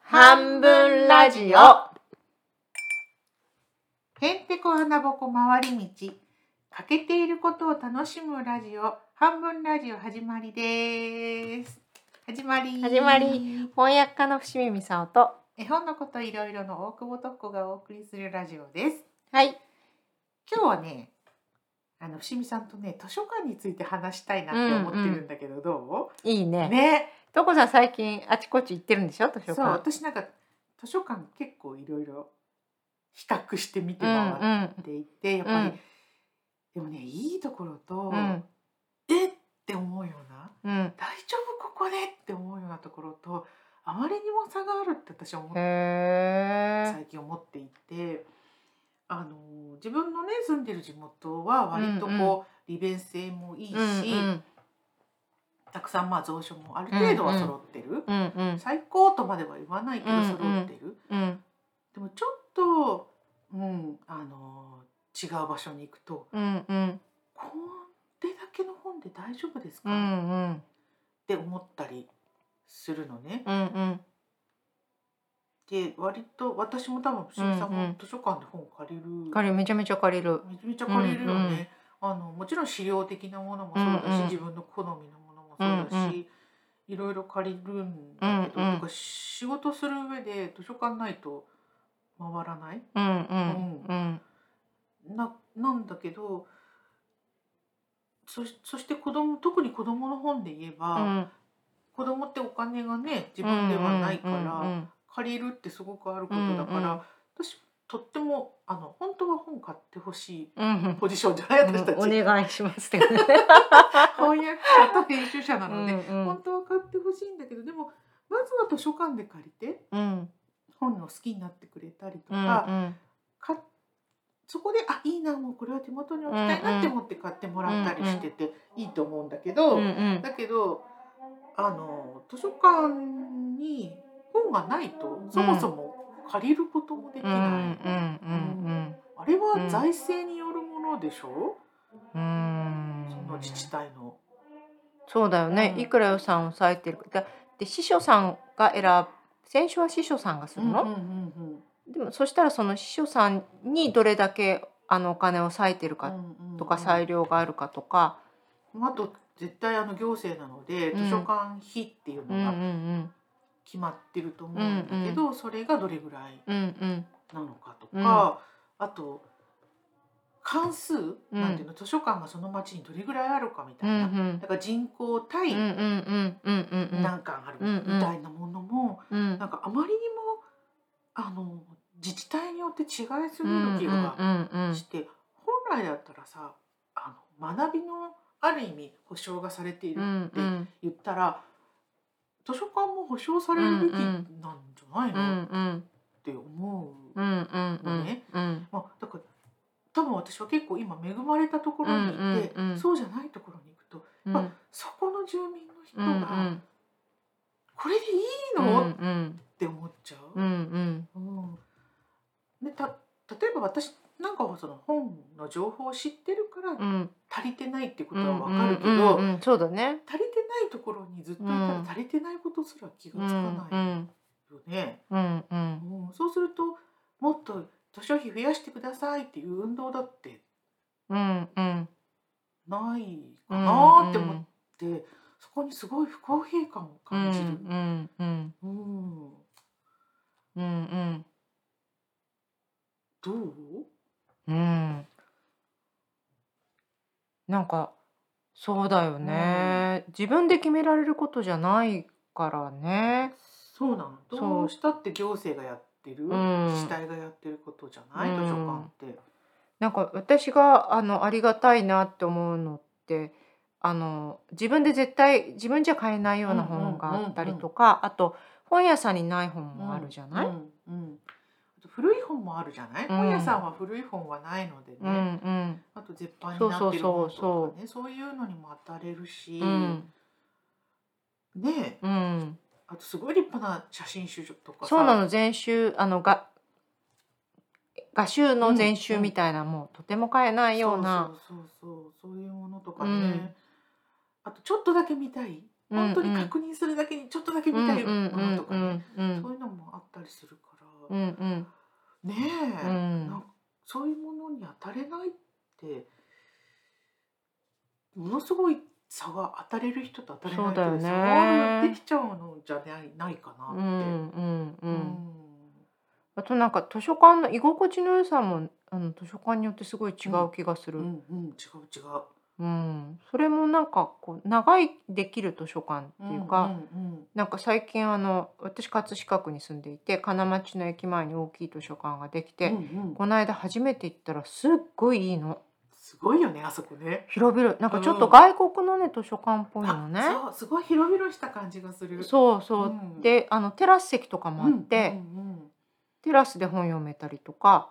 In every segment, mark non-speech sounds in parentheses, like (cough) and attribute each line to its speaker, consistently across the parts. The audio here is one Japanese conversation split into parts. Speaker 1: 半分ラジオ。へんてこ花ぼこ回り道。欠けていることを楽しむラジオ、半分ラジオ始まりです。始まり。
Speaker 2: 始まり。翻訳家の伏見美沙と。
Speaker 1: 絵本のこといろいろの大久保特子がお送りするラジオです。
Speaker 2: はい。
Speaker 1: 今日はね、あの伏見さんとね、図書館について話したいなって思ってるんだけど、ど
Speaker 2: いいうね。
Speaker 1: ね。
Speaker 2: とこさん最近あちこち行ってるんでしょ図書
Speaker 1: そう、
Speaker 2: 館。
Speaker 1: 私なんか図書館結構いろいろ比較して見て
Speaker 2: うん
Speaker 1: 回っ
Speaker 2: うん
Speaker 1: っていてやっぱり、でもねいいところと、
Speaker 2: うん
Speaker 1: えっって思うような
Speaker 2: うん。
Speaker 1: 大丈夫ここでって思うようなところとあまりにも差があるって私は思っ
Speaker 2: へえ。
Speaker 1: 最近思っていてあの自分のね住んでる地元は割とこう、
Speaker 2: うん
Speaker 1: 利便性もいいし、
Speaker 2: うん
Speaker 1: たくさんまあ蔵書もある程度は揃ってる、
Speaker 2: うんうん
Speaker 1: 最高とまでは言わないけど
Speaker 2: うんうん
Speaker 1: 揃ってる、
Speaker 2: うん
Speaker 1: でもちょっと、うん、あの違う場所に行くと
Speaker 2: うんうん
Speaker 1: これだけの本で大丈夫です
Speaker 2: う
Speaker 1: か、っ
Speaker 2: んうん
Speaker 1: て思ったりするのね。
Speaker 2: うんうん
Speaker 1: で割と私も多分伏見さん
Speaker 2: うんう
Speaker 1: も
Speaker 2: ん
Speaker 1: 図書館で本借りる、
Speaker 2: 借りめちゃめちゃ借りる。
Speaker 1: めちゃめちゃ借りるよ
Speaker 2: うん
Speaker 1: ね。あのもちろん資料的なものもそうだし、
Speaker 2: うんうん
Speaker 1: 自分の好みのものもそうだし、いろいろ借りるんだけど、
Speaker 2: うんうん
Speaker 1: とか仕事する上で図書館ないと回らない
Speaker 2: うんうんうん
Speaker 1: ななんだけどそそして子供特に子供の本で言えば。
Speaker 2: うん。
Speaker 1: 子供ってお金がね自分ではないから、
Speaker 2: うん
Speaker 1: 借りるってすごくあることだから、
Speaker 2: うんうん
Speaker 1: 私とってもあの本当は本買ってほしい
Speaker 2: うんうん。
Speaker 1: ポジションじゃない私たち、
Speaker 2: お
Speaker 1: (laughs) 翻
Speaker 2: 願いしますってね。
Speaker 1: 訳者と編集者なので、本当は買ってほしいんだけどでもまずは図書館で借りて
Speaker 2: うん
Speaker 1: 本を好きになってくれたりと
Speaker 2: う
Speaker 1: か,、
Speaker 2: ん
Speaker 1: かそこであいいなもうこれは手元に置きたいなって思って買ってもらったりしてていいと思うんだけど。
Speaker 2: うんうん
Speaker 1: だけどあの図書館に本がないとそもそも借りることもでき
Speaker 2: う
Speaker 1: な
Speaker 2: ん
Speaker 1: い、
Speaker 2: うんうん
Speaker 1: あれ
Speaker 2: う
Speaker 1: は
Speaker 2: ん
Speaker 1: 財政によるものでしょ、
Speaker 2: うん。
Speaker 1: その自治体の。
Speaker 2: そうだよね、
Speaker 1: うん
Speaker 2: いくら予算を抑えてるかだで司書さんが選ぶ先週は司書さんがするの、でもそしたらその司書さんにどれだけあのお金を割いてるかとか裁量があるかとか、
Speaker 1: あと絶対あの行政なので
Speaker 2: うん
Speaker 1: 図書館費っていう
Speaker 2: うん、うんう
Speaker 1: のが
Speaker 2: ん
Speaker 1: 決まってると思うんだけど、それがどれぐらい
Speaker 2: うんうん
Speaker 1: なのかとか、あと関数、なんていうの図書館がその町にどれぐらいあるかみた
Speaker 2: う
Speaker 1: い
Speaker 2: んう
Speaker 1: な、
Speaker 2: ん
Speaker 1: だから人口対
Speaker 2: うんうんうんうんうん
Speaker 1: 何巻ある
Speaker 2: うんうん
Speaker 1: みたいなものも、
Speaker 2: うん
Speaker 1: なんかあまりにもあの自治体によって違いすぎる気が
Speaker 2: うん
Speaker 1: して、本来だったらさあの学びのある意味保障がされている
Speaker 2: うん
Speaker 1: って言ったら、図書館も保障されるべきなんじゃな
Speaker 2: う
Speaker 1: い
Speaker 2: んうんう
Speaker 1: のっ
Speaker 2: んうん
Speaker 1: て思う、
Speaker 2: うんうんうんうん
Speaker 1: まあ、だから多分私は結構今恵まれたところにいて、
Speaker 2: うんうんうん
Speaker 1: そうじゃないところに行くと
Speaker 2: うん
Speaker 1: そこの住民の人
Speaker 2: う
Speaker 1: が、
Speaker 2: んうん
Speaker 1: これでいいの、
Speaker 2: う
Speaker 1: っ
Speaker 2: んうん
Speaker 1: て思っちゃう。
Speaker 2: うん
Speaker 1: うん、でた例えば私なんかはその本の情報を知ってるから
Speaker 2: うん
Speaker 1: 足りてないってこと
Speaker 2: うん
Speaker 1: はわかるけど、
Speaker 2: うんうんそうだね
Speaker 1: 足りてないところにずっといたら足りてないことすら気がつか
Speaker 2: う
Speaker 1: ない
Speaker 2: んうん
Speaker 1: よね。
Speaker 2: うんうん
Speaker 1: うんそうするともっと図書費増やしてくださいっていう運動だって
Speaker 2: うんうん
Speaker 1: ない
Speaker 2: う
Speaker 1: か
Speaker 2: ん
Speaker 1: なーって思って、そこにすごい不公平感を感じる。
Speaker 2: うんうん
Speaker 1: うん
Speaker 2: うんうん
Speaker 1: どう
Speaker 2: うんなんかそうだよね、自分で決められることじゃないからね
Speaker 1: そうなの
Speaker 2: そう
Speaker 1: どうしたって行政がやってる、
Speaker 2: うん
Speaker 1: 自治体がやってることじゃない、
Speaker 2: うん
Speaker 1: 図書館って。
Speaker 2: なんか私があのありがたいなって思うのってあの自分で絶対自分じゃ買えないような本があったりとか、あと本屋さんにない本もあるじゃない、
Speaker 1: う
Speaker 2: うん
Speaker 1: んうんあと古い本もあるじゃない、本屋さんは古い本はないのでね、
Speaker 2: うん
Speaker 1: あと絶版になってる
Speaker 2: そ
Speaker 1: 本
Speaker 2: うそう
Speaker 1: とかねそういうのにも当たれるし、
Speaker 2: うん
Speaker 1: ねえ
Speaker 2: うん
Speaker 1: あとすごい立派な写真集とかさ
Speaker 2: そうなの全集あのが画集の全集みたいな、もうとても買えないような
Speaker 1: そうそうそうそうそういうものとかね、あとちょっとだけ見たい、
Speaker 2: うんうん
Speaker 1: 本当に確認するだけにちょっとだけ見
Speaker 2: うんう
Speaker 1: た
Speaker 2: ん
Speaker 1: いものとかね、
Speaker 2: うんうん
Speaker 1: そういうのもあっりするから、
Speaker 2: うんうん
Speaker 1: ね
Speaker 2: う
Speaker 1: え、なん
Speaker 2: ん
Speaker 1: かそういうものに当たれないってものすごい差が当たれる人と当たれない人
Speaker 2: そ
Speaker 1: で差
Speaker 2: うだよ
Speaker 1: が
Speaker 2: ね
Speaker 1: できちゃうのじゃないないかな
Speaker 2: うん
Speaker 1: って。
Speaker 2: うんう
Speaker 1: うんん
Speaker 2: あとなんか図書館の居心地の良さもあの図書館によってすごい違う気がす
Speaker 1: う
Speaker 2: る、うん
Speaker 1: んうん、違う違う。
Speaker 2: それもなんかこう長いできる図書館っていうか、
Speaker 1: うん
Speaker 2: なんか最近あの私葛飾区に住んでいて金町の駅前に大きい図書館ができ
Speaker 1: うん
Speaker 2: て、
Speaker 1: うんうん
Speaker 2: この間初めて行ったらすっごいいいの
Speaker 1: すごいよねあそこね。
Speaker 2: 広々なんかちょっ
Speaker 1: う
Speaker 2: と
Speaker 1: ん
Speaker 2: 外国のね図書館っぽいのね
Speaker 1: あそうすごい広々した感じがする。
Speaker 2: そうそう、
Speaker 1: うん
Speaker 2: であのテラス席とかもあって、
Speaker 1: うんうん
Speaker 2: テラスで本読めたりとか、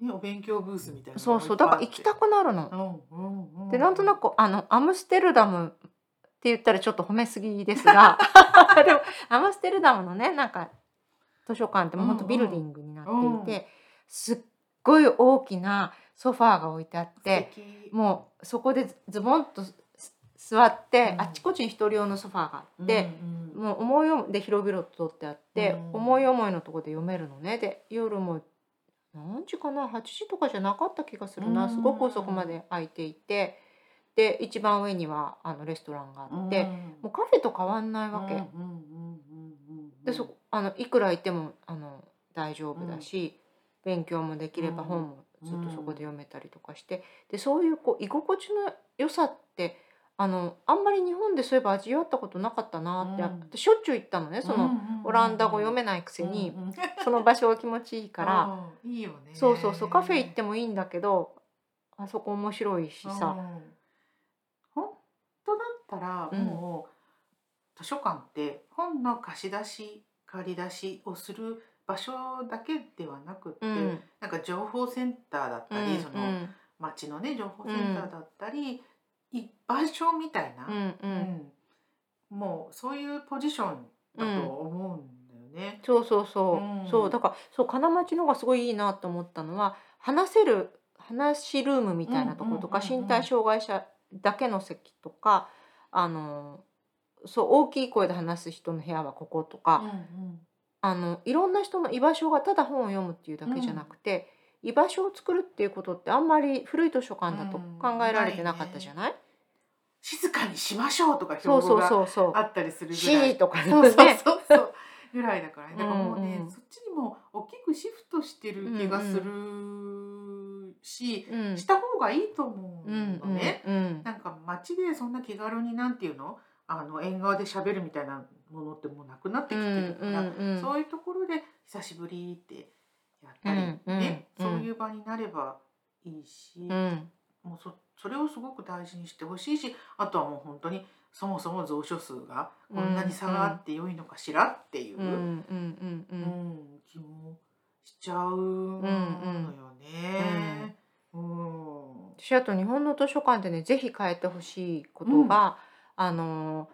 Speaker 1: うんね、お勉強ブースみたいなのがいっぱいあって。
Speaker 2: そうそうだから行きたくなるの、
Speaker 1: うんうんうん、
Speaker 2: でなんとなくあのアムステルダムって言ったらちょっと褒めすぎです
Speaker 1: (laughs)
Speaker 2: がでもアムステルダムのねなんか図書館ってもうほんとビルディングになっていて、
Speaker 1: うん
Speaker 2: すっごい大きなソファーが置いてあって
Speaker 1: 素敵
Speaker 2: もうそこでズボンとす座って、
Speaker 1: うん
Speaker 2: あっちこっちに一人用のソファーがあって、、
Speaker 1: うんうん
Speaker 2: もう思い思いで広々と取ってあって、
Speaker 1: うん
Speaker 2: 思い思いのとこで読めるのねで夜も何時かな8時とかじゃなかった気がするな、
Speaker 1: うん
Speaker 2: すごく遅くまで空いていてで一番上にはあのレストランがあって、
Speaker 1: うん
Speaker 2: もうカフェと変わんないわけ、
Speaker 1: うんうんうんうんうん
Speaker 2: でそこあのいくらいてもあの大丈夫だし、勉強もできれば
Speaker 1: うん
Speaker 2: 本もずっとそこで読めたりとかして、でそういうこう居心地の良さってあのあんまり日本でそういえば味わったことなかったなって、
Speaker 1: うん
Speaker 2: 私しょっちゅう行ったのねその、オランダ語読めないくせに、その場所が気持ちいいから、
Speaker 1: うんいいよね
Speaker 2: そうそうそうカフェ行ってもいいんだけどあそこ面白いしさ、
Speaker 1: うん本当だったらもう、図書館って本の貸し出し借り出しをする場所だけではなくって、
Speaker 2: うんうん
Speaker 1: なんか情報センターだっ
Speaker 2: う
Speaker 1: たり、
Speaker 2: ん
Speaker 1: その町のね情報センターだったり、一般所みたいな、
Speaker 2: うんう
Speaker 1: うんんもうそういうポジションだと思うんだよね。
Speaker 2: そうそうそう、
Speaker 1: うん
Speaker 2: そうだからそう金町のがすごいいいなと思ったのは話せる話しルームみたいなところとか、
Speaker 1: うんうんうんうん
Speaker 2: 身体障害者だけの席とかあのそう大きい声で話す人の部屋はこことか、あのいろんな人の居場所がただ本を読むっていうだけじゃなくて、居場所を作るっていうことってあんまり古い図書館だと
Speaker 1: うん
Speaker 2: 考えられてなかったじゃない、
Speaker 1: 静かにしましょうとか
Speaker 2: そう
Speaker 1: 標語
Speaker 2: そう
Speaker 1: が
Speaker 2: そうそ
Speaker 1: あ
Speaker 2: う
Speaker 1: ったりするぐら
Speaker 2: 指
Speaker 1: い
Speaker 2: 示とかね
Speaker 1: そうそうそうそうぐらいだからねだからもうね、
Speaker 2: うんうん
Speaker 1: そっちにも大きくシフトしてる気がするし、
Speaker 2: うん
Speaker 1: した方がいいと思
Speaker 2: う
Speaker 1: うのね
Speaker 2: ん、うん
Speaker 1: なんか街でそんな気軽になんていうのあの縁側で喋るみたいなものってもうなくなって
Speaker 2: う
Speaker 1: き
Speaker 2: ん
Speaker 1: てる
Speaker 2: う
Speaker 1: から、
Speaker 2: んうん
Speaker 1: そういうところで久しぶりってやったりね、
Speaker 2: うんうんうん
Speaker 1: そういう場になればいいし、
Speaker 2: うん
Speaker 1: もうそそれをすごく大事にしてほしいしあとはもう本当にそもそも蔵書数がこんなに差があって良いのかしらっていう、
Speaker 2: うんうんうんう
Speaker 1: うんん気もしちゃうのよね。うん
Speaker 2: 私あと日本の図書館でねぜひ変えてほしいことが、あの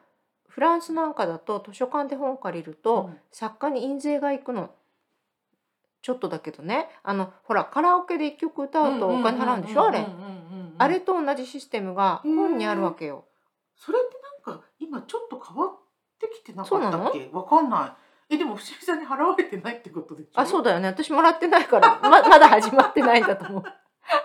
Speaker 2: フランスなんかだと図書館で本借りると、作家に印税が行くのちょっとだけどねあのほらカラオケで一曲歌うとお金払うんでしょあれあれと同じシステムが本にあるわけよ
Speaker 1: それってなんか今ちょっと変わってきてなかったっけわかんないえでも不思議さんに払われてないってことでしょ
Speaker 2: あそううだよね私もらってないから (laughs) ままだ始まってないんだと思う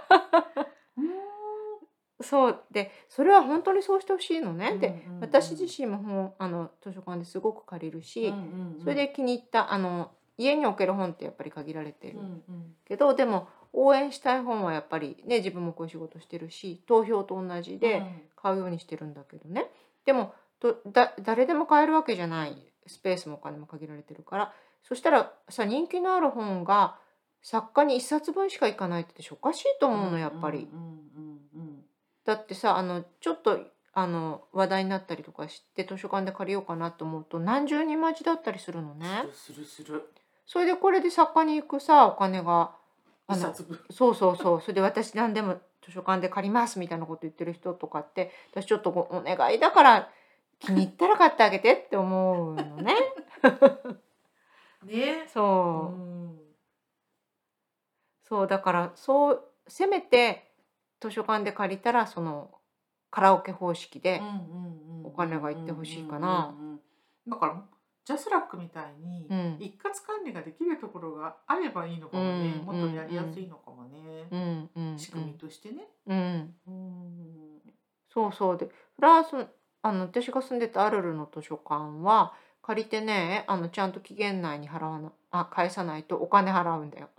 Speaker 1: ーん
Speaker 2: (laughs) そうでそれは本当にそうしてほしいのねで
Speaker 1: うんうんうん
Speaker 2: 私自身も本あの図書館ですごく借りるし
Speaker 1: うんうんうん
Speaker 2: それで気に入ったあの家に置ける本ってやっぱり限られて
Speaker 1: う
Speaker 2: る
Speaker 1: んうん
Speaker 2: けどでも応援したい本はやっぱりね自分もこういう仕事してるし投票と同じで、
Speaker 1: うん
Speaker 2: 買うようにしてるんだけどねでもとだ誰でも買えるわけじゃないスペースもお金も限られてるからそしたらさ人気のある本が作家に1冊分しかいかないって私おかしいと思うのやっぱり。
Speaker 1: うんうんうん
Speaker 2: だってさあのちょっとあの話題になったりとかして図書館で借りようかなと思うと何十人待ちだったりするのね
Speaker 1: うん。するするする。
Speaker 2: それでこれで作家に行くさお金があ
Speaker 1: 一
Speaker 2: の
Speaker 1: 冊分。
Speaker 2: そうそうそうそれで私何でも図書館で借りますみたいなこと言ってる人とかって私ちょっとごお願いだから気に入ったら買ってあげてって思うのね
Speaker 1: (laughs) ね。う
Speaker 2: そう、
Speaker 1: ん。
Speaker 2: そうだからそうせめて図書館で借りたらそのカラオケ方式で
Speaker 1: うんうんうん
Speaker 2: お金がいってほしいかな
Speaker 1: うんうんうんうんだからジャスラックみたいに
Speaker 2: うん
Speaker 1: 一括管理ができるところがあればいいのかもね、
Speaker 2: うん
Speaker 1: もっとやりやすいのかもね、
Speaker 2: うんうん
Speaker 1: 仕組みとしてね。
Speaker 2: うん、
Speaker 1: うん
Speaker 2: そうそうでフランスあの私が住んでたアルルの図書館は借りてねあのちゃんと期限内に払わなあ返さないとお金払うんだよ。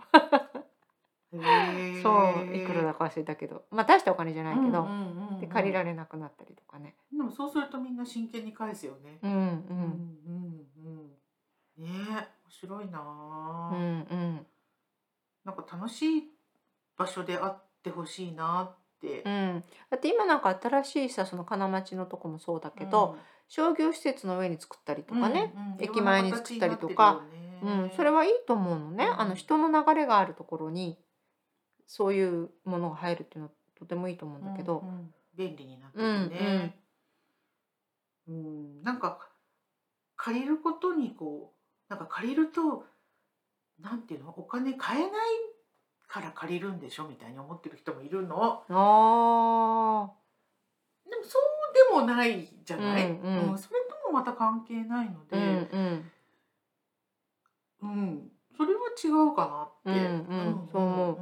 Speaker 1: へー
Speaker 2: そういくらだか忘れたけどまあ大したお金じゃないけど、
Speaker 1: うんうんうんうん
Speaker 2: で借りられなくなったりとかね。
Speaker 1: でもそうするとみんな真剣に返すよね。
Speaker 2: うん
Speaker 1: うんうんうんねえ面白いな
Speaker 2: うん
Speaker 1: あ、
Speaker 2: うんうん
Speaker 1: なんか楽しい場所であってほしいなって。
Speaker 2: うん、だって今なんか新しいさその金町のとこもそうだけど、商業施設の上に作ったりと
Speaker 1: うん、
Speaker 2: かね、
Speaker 1: うんうん
Speaker 2: 駅前に作ったりとか、
Speaker 1: い
Speaker 2: うん
Speaker 1: ろんな形になってるよね
Speaker 2: それはいいと思うのね、
Speaker 1: うん
Speaker 2: あの人の流れがあるところにそういうものが入るっていうのはとてもいいと思うんだけど
Speaker 1: うん、うん便利になってるね、うんなんか借りることにこうなんか借りるとなんていうのお金買えないから借りるんでしょみたいに思ってる人もいるの
Speaker 2: あ
Speaker 1: でもそうでもないじゃない、
Speaker 2: うんうん
Speaker 1: それともまた関係ない
Speaker 2: ー
Speaker 1: の
Speaker 2: うん
Speaker 1: で、
Speaker 2: うん
Speaker 1: うんそれは違うかなって、
Speaker 2: うんうんそう思う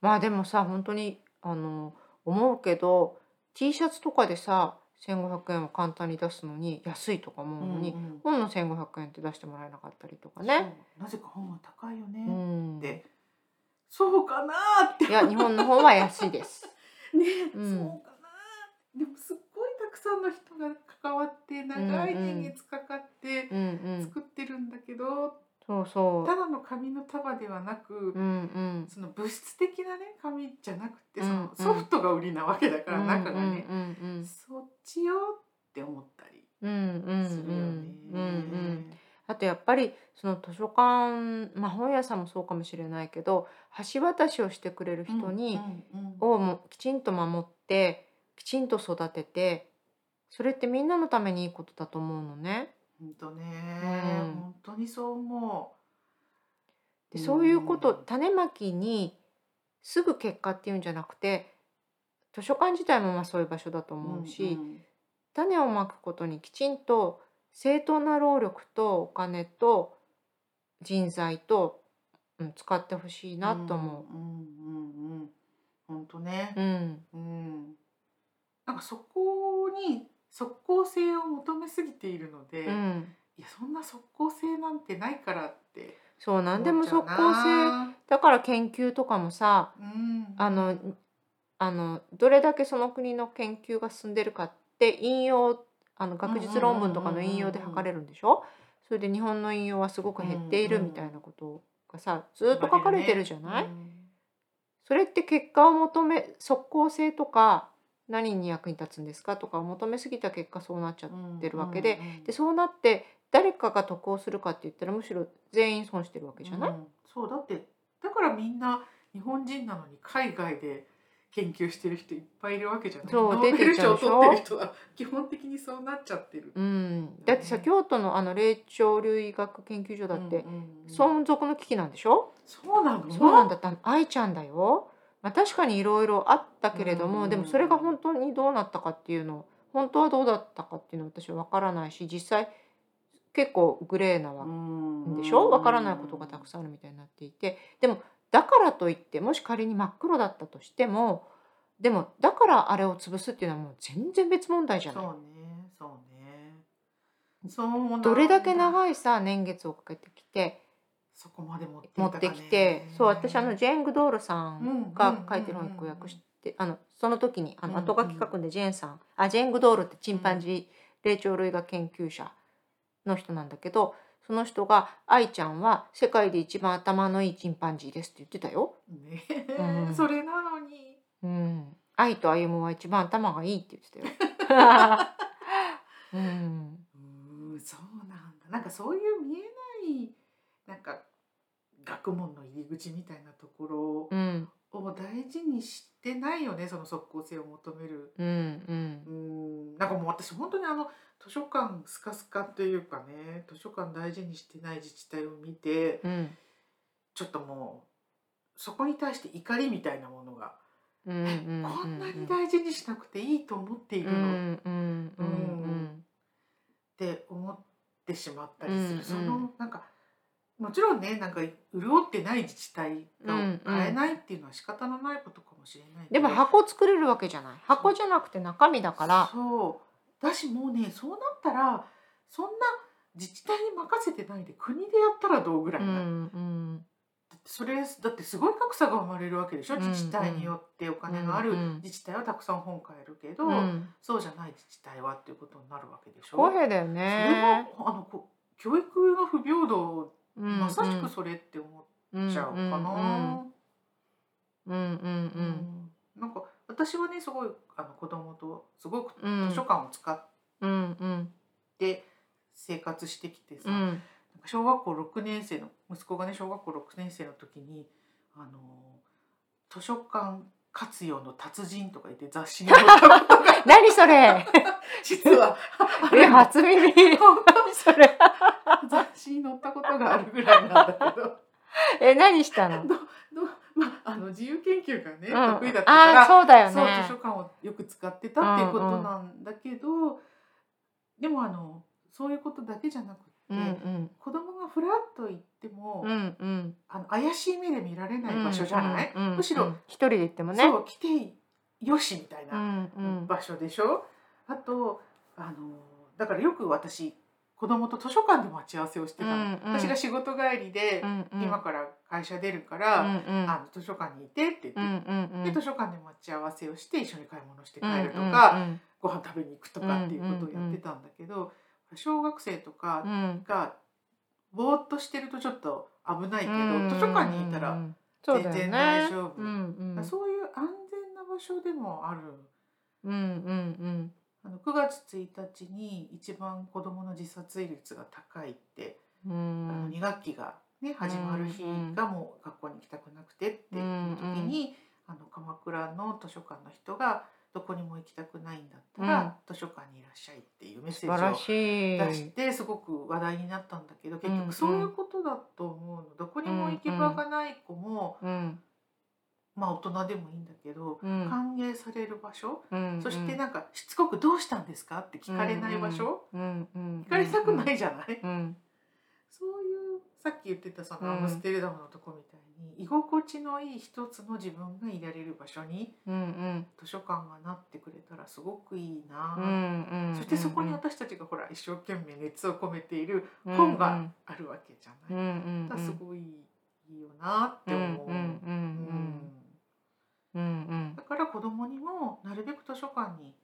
Speaker 2: まあでもさ本当にあの思うけど T シャツとかでさ1,500円を簡単に出すのに安いとか思うのに、
Speaker 1: うんうん
Speaker 2: 本の1,500円って出してもらえなかったりとかね。
Speaker 1: そうなぜか本は高いよね、
Speaker 2: うん
Speaker 1: でそうかなーって
Speaker 2: いや日本の方は安い
Speaker 1: (laughs)
Speaker 2: です。
Speaker 1: ね、
Speaker 2: うん
Speaker 1: そうかなでもすっごいたくさんの人が関わって長い年月かかって
Speaker 2: うんうん、
Speaker 1: 作ってるんだけど、
Speaker 2: そうそう
Speaker 1: た。だの紙の束ではなく、
Speaker 2: うんうん。
Speaker 1: その物質的なね紙じゃなくて
Speaker 2: うん
Speaker 1: そのソフトが売りなわけだから、中がね、
Speaker 2: うん
Speaker 1: そっちよって思ったり
Speaker 2: うんうんうん
Speaker 1: するよね。
Speaker 2: うんうん。あとやっぱりその図書館、まあ、本屋さんもそうかもしれないけど橋渡しをしてくれる人に、
Speaker 1: うんうん
Speaker 2: をもうきちんと守ってきちんと育ててそれってみんなのためにいいことだと思うのね。
Speaker 1: 本当ね、
Speaker 2: うん
Speaker 1: 本当にそう思う。
Speaker 2: でそういうこと
Speaker 1: ん
Speaker 2: 種まきにすぐ結果っていうんじゃなくて図書館自体もまあそういう場所だと思うし、
Speaker 1: ん
Speaker 2: 種をまくことにきちんと正当な労力とお金と人材と、うん、使ってほしいなと思
Speaker 1: うんうんうんうん本当ね
Speaker 2: う。う、ん、
Speaker 1: うん、なんかそこに即効性を求めすぎているので、
Speaker 2: う
Speaker 1: い
Speaker 2: ん、
Speaker 1: やそんな即効性なんてないからって
Speaker 2: そう何でも即効
Speaker 1: 思っちゃう
Speaker 2: 性
Speaker 1: な
Speaker 2: だから研究とかもさ
Speaker 1: うん、
Speaker 2: あのあのどれだけその国の研究が進んでるかって引用あの学術論文とかの引用で測れるんでしょそれで日本の引用はすごく減っているみたいなことがさずっと書かれてるじゃない、
Speaker 1: うん
Speaker 2: それって結果を求め即効性とか何に役に立つんですかとかを求めすぎた結果そうなっちゃう、てるわけ
Speaker 1: うんうんうん
Speaker 2: でそうなって誰かが得をするかって言ったらむしろ全員損してるわけじゃない、
Speaker 1: うんそうだってだからみんな日本人なのに海外で研究してる人いっぱいいるわけじゃない
Speaker 2: そう
Speaker 1: ノーベル
Speaker 2: 出てっちゃう
Speaker 1: 賞を
Speaker 2: でしょ
Speaker 1: 取ってる人は基本的にそうなっちゃってる
Speaker 2: う。ん、だってさ京都のあの霊長類学研究所だって
Speaker 1: うんうんうん
Speaker 2: 存続の危機なんでしょ、
Speaker 1: そうなの
Speaker 2: そうなんだった愛ちゃんだよ、まあ、確かにいろいろあったけれども、
Speaker 1: うん
Speaker 2: でもそれが本当にどうなったかっていうの本当はどうだったかっていうのは私は分からないし実際結構グレーなわけで
Speaker 1: で
Speaker 2: しょわからないことがたくさんあるみたいになっていてでもだからといってもし仮に真っ黒だったとしてもでもだからあれを潰すっていうのはもう全然別問題じゃない。
Speaker 1: そうねそうねそうなんだ
Speaker 2: どれだけ長いさ年月をかけてきて
Speaker 1: そこまで持っていた
Speaker 2: 持
Speaker 1: か
Speaker 2: っ
Speaker 1: ね
Speaker 2: てきてそう私あのジェーン・グドールさんが書いてる
Speaker 1: うん
Speaker 2: 本
Speaker 1: うんうんう
Speaker 2: 一個
Speaker 1: ん
Speaker 2: 訳してあのその時にあの
Speaker 1: うんうん
Speaker 2: 後書き書くんでジェーンさんあジェーン・グドールってチンパンジー霊長類学研究者の人なんだけどその人が「愛ちゃんは世界で一番頭のいいチンパンジーです」って言ってたよ。
Speaker 1: ね、
Speaker 2: うん
Speaker 1: (laughs) それなのに
Speaker 2: うん、愛と歩夢は一番頭がいいって言ってた
Speaker 1: (laughs)
Speaker 2: よ。うん、
Speaker 1: うーんそうなんだなんかそういう見えないなんか学問の入り口みたいなところ
Speaker 2: うん、
Speaker 1: を大事にしてないよねその即効性を求める
Speaker 2: うん、うん
Speaker 1: うー、んなんかもう私本当にあの図書館スカスカというかね図書館大事にしてない自治体を見て、
Speaker 2: うん、
Speaker 1: ちょっともうそこに対して怒りみたいなものが、
Speaker 2: うん、うん、
Speaker 1: こんなに
Speaker 2: 事
Speaker 1: 大事にしなくていいと思っている
Speaker 2: う
Speaker 1: のっ
Speaker 2: ん、うん、うん、
Speaker 1: て思っってしまったりする、
Speaker 2: うんうん
Speaker 1: そのなんかもちろんねなんか潤ってない自治体が
Speaker 2: うんうん
Speaker 1: 買えないっていうのは仕方のないことかもしれないけ
Speaker 2: で
Speaker 1: ど
Speaker 2: も箱作れるわけじゃない箱じゃなくて中身だから
Speaker 1: そうだしもうねそうなったらそんな自治体に任せてないで国でやったらどうぐら
Speaker 2: う
Speaker 1: いな、
Speaker 2: んうん
Speaker 1: それだってすごい格差が生まれるわけでしょ、
Speaker 2: うんうん
Speaker 1: 自治体によってお金がある
Speaker 2: うんうん
Speaker 1: 自治体はたくさん本買えるけど、
Speaker 2: うん
Speaker 1: そうじゃない自治体はっていうことになるわけでしょ。
Speaker 2: 公平だよ
Speaker 1: それは
Speaker 2: ね
Speaker 1: あのこ教育の不平等、まさしく
Speaker 2: そ
Speaker 1: それって思
Speaker 2: う
Speaker 1: っちゃうかな。
Speaker 2: うんうんうん
Speaker 1: うんなんか私はねすごいあの子供とすごく
Speaker 2: うん
Speaker 1: 図書館を使っ
Speaker 2: うんうん
Speaker 1: て生活してきてさ、
Speaker 2: う
Speaker 1: なん
Speaker 2: ん
Speaker 1: か小学校6年生の息子がね小学校6年生の時にあの図書館活用の達人とか言って雑誌に載ったことが
Speaker 2: (laughs) 何それ
Speaker 1: 実はあ
Speaker 2: え
Speaker 1: るの
Speaker 2: 初耳何それ
Speaker 1: (laughs) 雑誌に載ったことがあるぐらいなんだけど。
Speaker 2: え何したの
Speaker 1: のまあ、あの自由研究がね、
Speaker 2: うん
Speaker 1: (laughs) 得意だったか
Speaker 2: あ
Speaker 1: ら
Speaker 2: ーそうだよ
Speaker 1: そう図
Speaker 2: ね
Speaker 1: 書館をよく使ってたっていうことなんだけど、でもあのそういうことだけじゃなくて、
Speaker 2: うんうん
Speaker 1: 子供がふらっと行っても、
Speaker 2: うんうん
Speaker 1: あの怪しい目で見られない場所じゃない、
Speaker 2: うんうんうん
Speaker 1: むしろ、
Speaker 2: 一人で行ってもね
Speaker 1: そう来てよしみたいな
Speaker 2: うんうん
Speaker 1: 場所でしょ、あとあのだからよく私子供と図書館で待ち合わせをしてたの、
Speaker 2: うんうん
Speaker 1: 私が仕事帰りで、今から会社出るから、
Speaker 2: うんうん
Speaker 1: あの図書館にいてって言って、
Speaker 2: うんうんうん
Speaker 1: で図書館で待ち合わせをして一緒に買い物して
Speaker 2: うん
Speaker 1: 帰るとか、ご飯食べに行くとかっていうことをやってたんだけど、小学生と
Speaker 2: う
Speaker 1: か
Speaker 2: んうん
Speaker 1: がぼーっとしてるとちょっと危ないけど、
Speaker 2: うん
Speaker 1: 図書館にいた
Speaker 2: う
Speaker 1: ら、
Speaker 2: んそうだよね
Speaker 1: 全然大丈夫
Speaker 2: うんうん
Speaker 1: そういう安全な場所でもある。
Speaker 2: うんうん
Speaker 1: あの9月1日に一番子どもの自殺率が高いって、
Speaker 2: うんう
Speaker 1: あの
Speaker 2: ん
Speaker 1: 2学期が、ね、始まる日がもう学校に行きたくなくてっていう時に、あの鎌倉の図書館の人が「どこにも行きたくないんだったら、図書館にいらっしゃい」っていうメッセ
Speaker 2: 素晴
Speaker 1: ー
Speaker 2: ら
Speaker 1: ジを
Speaker 2: しい
Speaker 1: 出してすごく話題になったんだけど結
Speaker 2: うんうん
Speaker 1: 局そういうことだと思うのどこにも行き場がない子も、
Speaker 2: うん
Speaker 1: まあ、大人でもいいんだけど、
Speaker 2: うん
Speaker 1: 歓迎される場所、
Speaker 2: うん
Speaker 1: そしてなんかしつこく「どうしたんですか?」って聞かれない場所、
Speaker 2: うんうん
Speaker 1: 聞かれたくないいじゃない、
Speaker 2: うん
Speaker 1: そういうさっき言ってたその
Speaker 2: うん
Speaker 1: アムステルダムのとこみたいに、居心地のいい一つの自分がいられる場所に
Speaker 2: うんうん
Speaker 1: 図書館がなってくれたらすごくいいな、
Speaker 2: うんうん
Speaker 1: そしてそこに私たちがほら一生懸命熱を込めている本があるわけじゃ
Speaker 2: うん
Speaker 1: な
Speaker 2: う
Speaker 1: い、
Speaker 2: ん
Speaker 1: だからすごいいいよなって思う、
Speaker 2: うんうんうん
Speaker 1: うん
Speaker 2: うんうん
Speaker 1: だから子供にもなるべく図書館に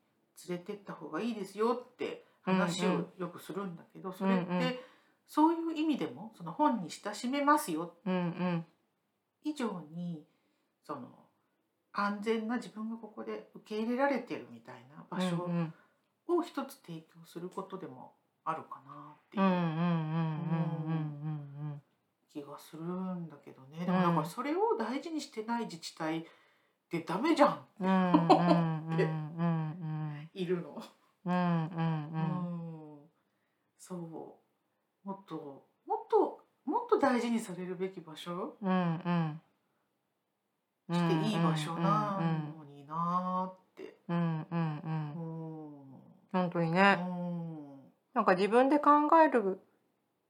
Speaker 1: 連れてった方がいいですよって話をよくするんだけど、それって、
Speaker 2: うんうん
Speaker 1: そういう意味でもその本に親しめますよ
Speaker 2: うんうん
Speaker 1: 以上にその安全な自分がここで受け入れられてるみたいな場
Speaker 2: う
Speaker 1: 所
Speaker 2: ん
Speaker 1: を一つ提供することでもあるかなって
Speaker 2: うんうんうんうん
Speaker 1: いう
Speaker 2: うん
Speaker 1: 気がするんだけどね、でもだからそれを大事にしてない自治体ってダメじゃん
Speaker 2: うんうんうんうん
Speaker 1: いるの。
Speaker 2: うんうん
Speaker 1: う
Speaker 2: うん
Speaker 1: んそうもっともっともっと大事にされるべき場所
Speaker 2: うんうん
Speaker 1: していい場所な
Speaker 2: うん
Speaker 1: のになーって。
Speaker 2: うんうんう
Speaker 1: うんん
Speaker 2: 本当に
Speaker 1: う
Speaker 2: ね
Speaker 1: ん
Speaker 2: なんか自分で考える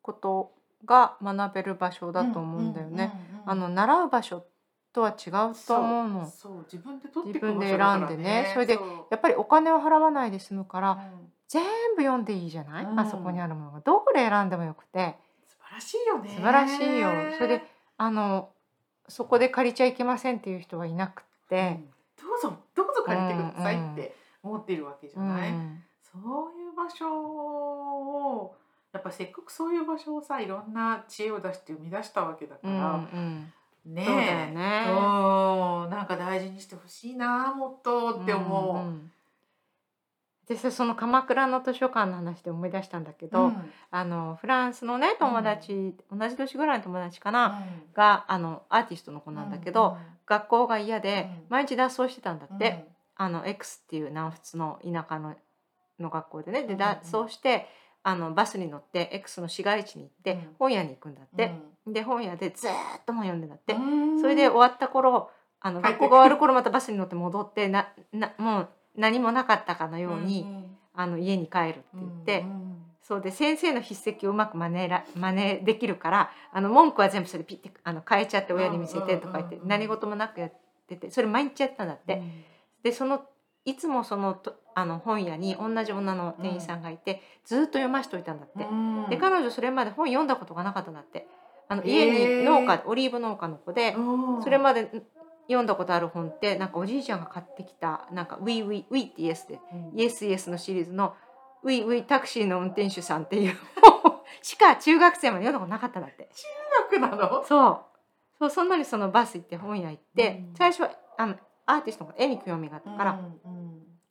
Speaker 2: ことが学べる場所だと思うんだよね。
Speaker 1: うんうんうん
Speaker 2: あの習う場所とは違うと思うの。
Speaker 1: そうそう自分で取っ
Speaker 2: 自
Speaker 1: てくる
Speaker 2: 分
Speaker 1: 場
Speaker 2: で
Speaker 1: 所だから
Speaker 2: 選んでねそれで
Speaker 1: う
Speaker 2: やっぱりお金を払わないで済むから
Speaker 1: うん
Speaker 2: 全部読んでいいじゃない、
Speaker 1: うん
Speaker 2: あそこにあるものがどこで選んでもよくて
Speaker 1: 素晴らしいよね
Speaker 2: 素晴らしいよそれであのそこで借りちゃいけませんっていう人はいなく
Speaker 1: う
Speaker 2: て、
Speaker 1: んどうぞどうぞ借りてくださいって思っているわけじゃない、
Speaker 2: うん
Speaker 1: そういう場所をやっぱせっかくそういう場所をさいろんな知恵を出して生み出したわけだか
Speaker 2: うんう
Speaker 1: ら、
Speaker 2: ん
Speaker 1: ね
Speaker 2: そうだよね
Speaker 1: うんなんか大事にしてほしいなもっとって思う、
Speaker 2: んんでさその鎌倉の図書館の話で思い出したんだけど、
Speaker 1: うん
Speaker 2: あのフランスのね友達、同じ年ぐらいの友達かな、があのアーティストの子なんだけど、、学校が嫌で、
Speaker 1: うん
Speaker 2: 毎日脱走してたんだ
Speaker 1: うん
Speaker 2: って、あの X っていう南仏の田舎のの学校でねで脱走してあのバスに乗って X の市街地に行って、
Speaker 1: うん
Speaker 2: 本屋に行くんだっ
Speaker 1: うん
Speaker 2: て、で本屋でずーっと本読んでんだって、
Speaker 1: うん
Speaker 2: それで終わった頃あの
Speaker 1: 帰って
Speaker 2: 学校が終わる頃またバスに乗って戻ってななもう何もなかったかのように、
Speaker 1: んん
Speaker 2: あの家に帰るって言って、
Speaker 1: うんうん
Speaker 2: そうで先生の筆跡をうまく真似ら真似できるからあの文句は全部それピッてあの変えちゃって親に見せてとか言って
Speaker 1: うんうんうんうん
Speaker 2: 何事もなくやっててそれ毎日やったんだって、でそのいつもそのとあの本屋に同じ女の店員さんがいて、ずっと読ましておいたんだって、
Speaker 1: うん
Speaker 2: で彼女それまで本読んだことがなかったんだってあの
Speaker 1: へー
Speaker 2: 家に農家オリーブ農家の子で、
Speaker 1: うん
Speaker 2: それまでん読んだことある本ってなんかおじいちゃんが買ってきたなんか「ウィウィウィ」ってイエスで「
Speaker 1: うん
Speaker 2: イエスイエス」のシリーズの「ウィウィタクシーの運転手さん」っていう本をしか中学生まで読んだことなかったんだって
Speaker 1: 中学なの
Speaker 2: そうそうそんなにそのバス行って本屋行って、
Speaker 1: うん
Speaker 2: 最初はあのアーティストの絵に興味があったから、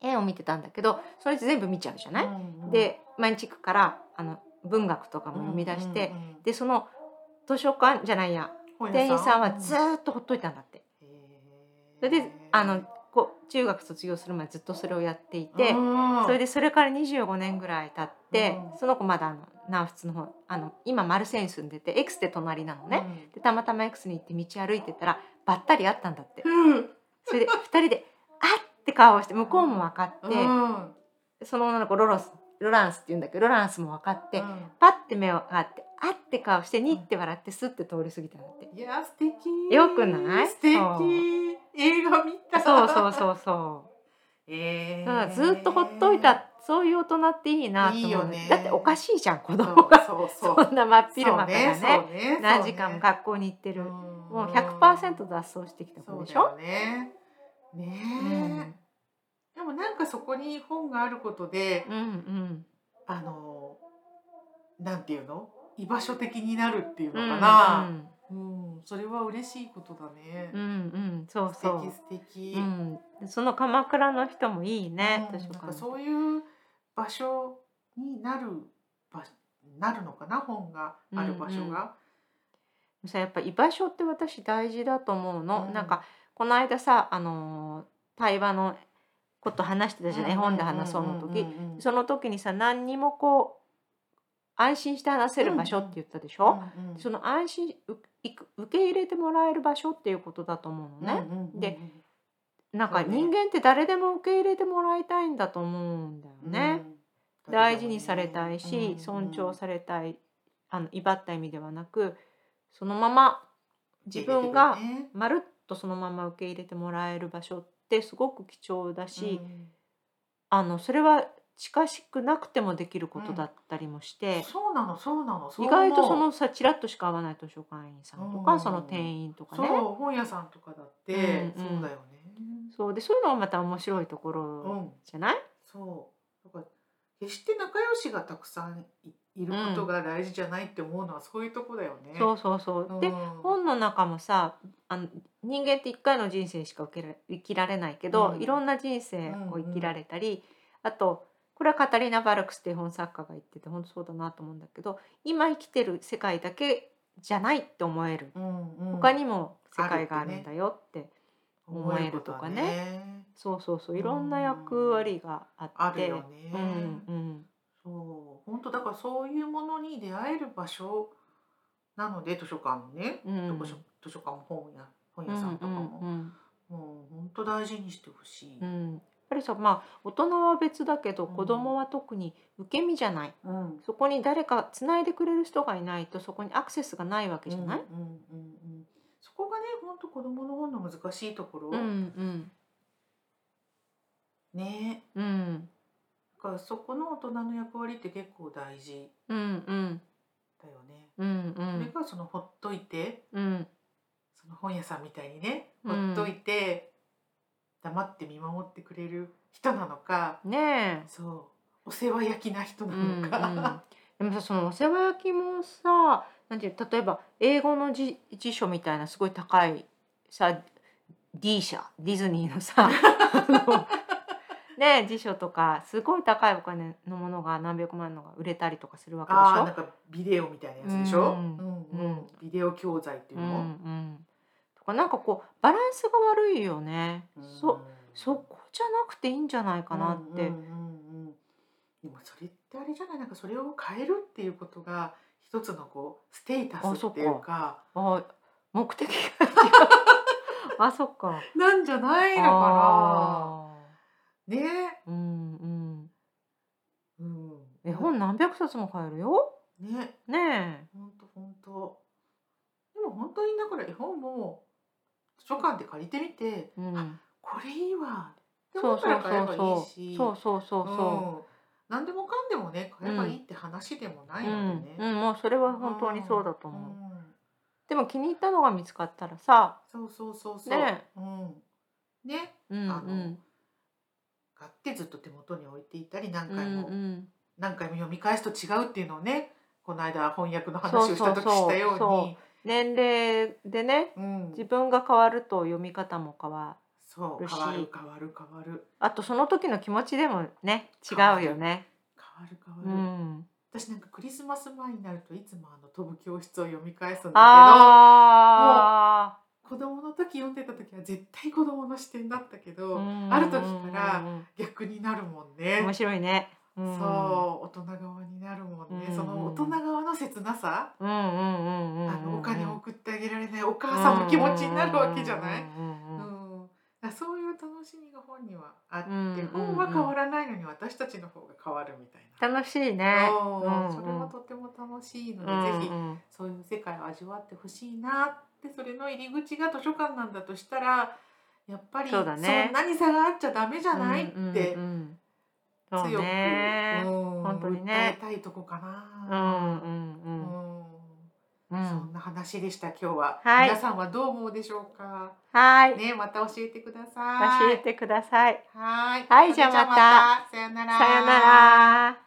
Speaker 2: 絵を見てたんだけどそれって全部見ちゃうじゃない、で毎日行くからあの文学とかも読み出して、でその図書館じゃないや店員さんはずーっとほっといたんだって。それであのこう中学卒業する前ずっとそれをやっていて、それ
Speaker 1: で
Speaker 2: でそれから25年ぐらい経って、
Speaker 1: うん
Speaker 2: その子まだあの南仏の方あの今マルセイユに住んでてエクスで隣なのね、でたまたまエクスに行って道歩いてたらばったり会ったんだって
Speaker 1: うん
Speaker 2: それで2人で「あっ!」って顔をして向こうも分かって、
Speaker 1: うん
Speaker 2: その女の子ロロスロランスって言うんだけどロランスも分かって、
Speaker 1: うん
Speaker 2: パッて目を合って「あっ!」て顔してニッて笑ってスッて通り過ぎたんだって。
Speaker 1: いや素敵
Speaker 2: よくない
Speaker 1: 素敵
Speaker 2: そう
Speaker 1: 映画見た
Speaker 2: そうそうそうそう
Speaker 1: え
Speaker 2: だから
Speaker 1: ー
Speaker 2: ずっとほっといたそういう大人っていいなと思う
Speaker 1: いいよね
Speaker 2: だっておかしいじゃん子
Speaker 1: そう
Speaker 2: 供が
Speaker 1: そうそ
Speaker 2: そ
Speaker 1: うん
Speaker 2: な真っ昼
Speaker 1: そう
Speaker 2: 間からね
Speaker 1: そうね
Speaker 2: 何時間も
Speaker 1: か
Speaker 2: 学校に行ってる、もう
Speaker 1: も
Speaker 2: 100%脱走してきた
Speaker 1: そ
Speaker 2: 子
Speaker 1: う
Speaker 2: で
Speaker 1: だ
Speaker 2: しょ
Speaker 1: よね
Speaker 2: う
Speaker 1: ねえ、
Speaker 2: ん
Speaker 1: でもなんかそこに本があることで、
Speaker 2: うん
Speaker 1: あのなんていうの居場所的になるってい
Speaker 2: う
Speaker 1: うの
Speaker 2: ん
Speaker 1: かな、うんそれは嬉しいことだね、
Speaker 2: うんうんうんそうそ
Speaker 1: 素敵
Speaker 2: う
Speaker 1: 素敵、
Speaker 2: うん、その鎌倉の人もいいね、
Speaker 1: うん
Speaker 2: 図書
Speaker 1: なん
Speaker 2: 館
Speaker 1: かそういう場所になる場なるのかな本がある場所が、
Speaker 2: さやっぱ居場所って私大事だと思うの、
Speaker 1: うん
Speaker 2: なんかこの間さあのー対話のこと話してたじゃない、絵本で話そうの時、
Speaker 1: んんうんうん
Speaker 2: その時にさ何にもこう安心して話せる場所って言ったでしょ、
Speaker 1: うんうん
Speaker 2: その安心ういく受け入れてもらえる場所っていうことだと思うのね、
Speaker 1: うんうんうん
Speaker 2: でなんか
Speaker 1: そうね
Speaker 2: 人間って誰でも受け入れてもらいたいんだと思うんだよね、
Speaker 1: うん
Speaker 2: 大事にされたいし、尊重
Speaker 1: れ
Speaker 2: されたいあの威張った意味ではなくそのまま自分がまるっとそのまま受け入れてもらえる場所ってすごく貴重だし、あのそれは近しくなくてもできることだったりもして、
Speaker 1: そうなのそうなのそう
Speaker 2: 意
Speaker 1: 思う
Speaker 2: 外とそのさちらっとしか会わない図書館員さんとか、
Speaker 1: うん
Speaker 2: その店員とか
Speaker 1: そう
Speaker 2: ねそう
Speaker 1: 本屋さんとかだって、
Speaker 2: うんうん
Speaker 1: そうだよね
Speaker 2: でそういうのがまた面白いとこ
Speaker 1: う
Speaker 2: ろ
Speaker 1: ん
Speaker 2: じゃない、
Speaker 1: そうだから決して仲良しがたくさんいいることが大事じゃないって思うのはそういうとこだよね、
Speaker 2: そうそうそう、
Speaker 1: うん
Speaker 2: で本の中もさあの人間って一回の人生しか受けら生きられないけど、
Speaker 1: うん
Speaker 2: いろんな人生を生きられたり、あとこれはカタリナ・バルクスっていう本作家が言ってて本当そうだなと思うんだけど今生きてる世界だけじゃないって思える
Speaker 1: うんうん
Speaker 2: 他にも世界があるんだよって、
Speaker 1: 思えることは
Speaker 2: 思え
Speaker 1: ね
Speaker 2: そうそうそういろんな役割があ
Speaker 1: あ
Speaker 2: って
Speaker 1: るよね、
Speaker 2: うんうん
Speaker 1: そう本当だからそういうものに出会える場所なので図書館もね、
Speaker 2: うん
Speaker 1: 図書図書館も本屋本
Speaker 2: う
Speaker 1: 屋さん
Speaker 2: ん
Speaker 1: と
Speaker 2: う
Speaker 1: かも、
Speaker 2: ん
Speaker 1: もう本当大事にしてほしい、
Speaker 2: うんうんやっぱりさまあ大人は別だけど
Speaker 1: うん
Speaker 2: 子供は特に受け身じゃない
Speaker 1: うん
Speaker 2: そこに誰かつないでくれる人がいないとそこにアクセスがないわけじゃない、
Speaker 1: うんうんうんうん、そこがね本当子供の本の難しいところ、
Speaker 2: うん、うん
Speaker 1: ね
Speaker 2: うんうん
Speaker 1: だからそこの大人の役割って結構大事
Speaker 2: うんうん
Speaker 1: だよね。
Speaker 2: うんう
Speaker 1: それ
Speaker 2: ん
Speaker 1: がそのほっといて
Speaker 2: うん
Speaker 1: その本屋さんみたいにねほ
Speaker 2: うん
Speaker 1: っといて、黙って見守ってくれる人なのか
Speaker 2: ねえ
Speaker 1: そうお世話焼きな人な
Speaker 2: うんう
Speaker 1: の
Speaker 2: ん
Speaker 1: (laughs) か。
Speaker 2: (laughs) でもさそのお世話焼きもさなんていう例えば英語の辞辞書みたいなすごい高いさ D 社ディズニーのさあのね辞書とかすごい高いお金のものが何百万のが売れたりとかするわけ
Speaker 1: ああーな
Speaker 2: で
Speaker 1: ん
Speaker 2: し
Speaker 1: かビデオみたいなやつでしょ、
Speaker 2: うん
Speaker 1: うんうんビデオ教材ってい
Speaker 2: ょ。う
Speaker 1: うん
Speaker 2: う
Speaker 1: の、
Speaker 2: ん、とかなんかこうバランスが悪いよね。そそこじゃなくていいんじゃないかなって。
Speaker 1: うんうんうんうんでもそれってあれじゃないなんかそれを変えるっていうことが一つのこうステータ
Speaker 2: あ
Speaker 1: ス
Speaker 2: そ
Speaker 1: っ
Speaker 2: ってか
Speaker 1: いうか
Speaker 2: あ目的が (laughs) 違う。あそっか。
Speaker 1: なんじゃないのか
Speaker 2: あー
Speaker 1: なね
Speaker 2: うんうん。
Speaker 1: うん
Speaker 2: いや本何百冊も買えるよ。
Speaker 1: ね
Speaker 2: ね
Speaker 1: 本当本当でも本当にだから絵本も図書館で借りてみて
Speaker 2: え。うん。
Speaker 1: これいいわって
Speaker 2: そ
Speaker 1: 思
Speaker 2: う
Speaker 1: っ
Speaker 2: そ
Speaker 1: た
Speaker 2: う
Speaker 1: ら買えばい
Speaker 2: そ
Speaker 1: いう
Speaker 2: そう。
Speaker 1: し
Speaker 2: そうそうそうそ
Speaker 1: うん何でもかんでもね買えばいいって話でもな
Speaker 2: う。
Speaker 1: いうの
Speaker 2: ん
Speaker 1: で、ね、
Speaker 2: うん、もうそれは本当にそうだと思う。
Speaker 1: ん
Speaker 2: でも気に入ったのが見つかったらさ、
Speaker 1: そうそうそうそう、
Speaker 2: ね
Speaker 1: うん、ね
Speaker 2: え、うんう
Speaker 1: あの
Speaker 2: ん、
Speaker 1: 買ってずっと手元に置いていたり何
Speaker 2: うん
Speaker 1: 回も、
Speaker 2: うん、
Speaker 1: 何回も読み返すと違うっていうのをねこの間翻訳の話をした時したように
Speaker 2: そうそうそ年齢でね、
Speaker 1: うん
Speaker 2: 自分が変わると読み方も変わる。
Speaker 1: そう
Speaker 2: 嬉しい
Speaker 1: 変わる変わる変わる
Speaker 2: あとその時の気持ちでもね、違うよね。
Speaker 1: 変わる変わ
Speaker 2: う
Speaker 1: る、
Speaker 2: ん。
Speaker 1: 私なんかクリスマス前になるといつもあの飛ぶ教室を読み返すんだ
Speaker 2: あ
Speaker 1: けど子供の時読んでた時は絶対子供の視点だったけ
Speaker 2: あ、
Speaker 1: ど、
Speaker 2: うん
Speaker 1: ある時から
Speaker 2: うんうんうん
Speaker 1: 逆になるもん
Speaker 2: 面
Speaker 1: ね。
Speaker 2: 白いね。うん
Speaker 1: そう大人側になるもんね、
Speaker 2: うん
Speaker 1: その大人側の切なさ、
Speaker 2: うんうんうんうんうん。
Speaker 1: あのお金を送ってあげられないお
Speaker 2: お
Speaker 1: 母さんの気持ちになるわけじゃない、うん
Speaker 2: い。
Speaker 1: だからそういう楽しみが本にはあって、
Speaker 2: うんうんうん
Speaker 1: 本は変わらないのに私たちの方が変わるみたいな、
Speaker 2: 楽しいね。
Speaker 1: うん
Speaker 2: うん
Speaker 1: それはとても楽しいので、ぜひ
Speaker 2: うん
Speaker 1: そういう世界を味わってほしいなってそれの入り口が図書館なんだとしたらやっぱり
Speaker 2: そうだね
Speaker 1: んなに差があっちゃダメじゃないっ
Speaker 2: うん
Speaker 1: て
Speaker 2: うんうん
Speaker 1: 強
Speaker 2: そう
Speaker 1: く、
Speaker 2: ね。
Speaker 1: うん
Speaker 2: 本当にね
Speaker 1: 訴えたいとこか
Speaker 2: う
Speaker 1: な。
Speaker 2: んうんう
Speaker 1: うんん
Speaker 2: う
Speaker 1: そ
Speaker 2: ん。
Speaker 1: んな話でした今日は、
Speaker 2: はい
Speaker 1: 皆さんはどう思うでしょうか
Speaker 2: はい。
Speaker 1: ねまた教えてくださ
Speaker 2: 教
Speaker 1: い
Speaker 2: えてください。
Speaker 1: はい
Speaker 2: はいじゃあまた
Speaker 1: それじゃあまたさよなら
Speaker 2: さよなら。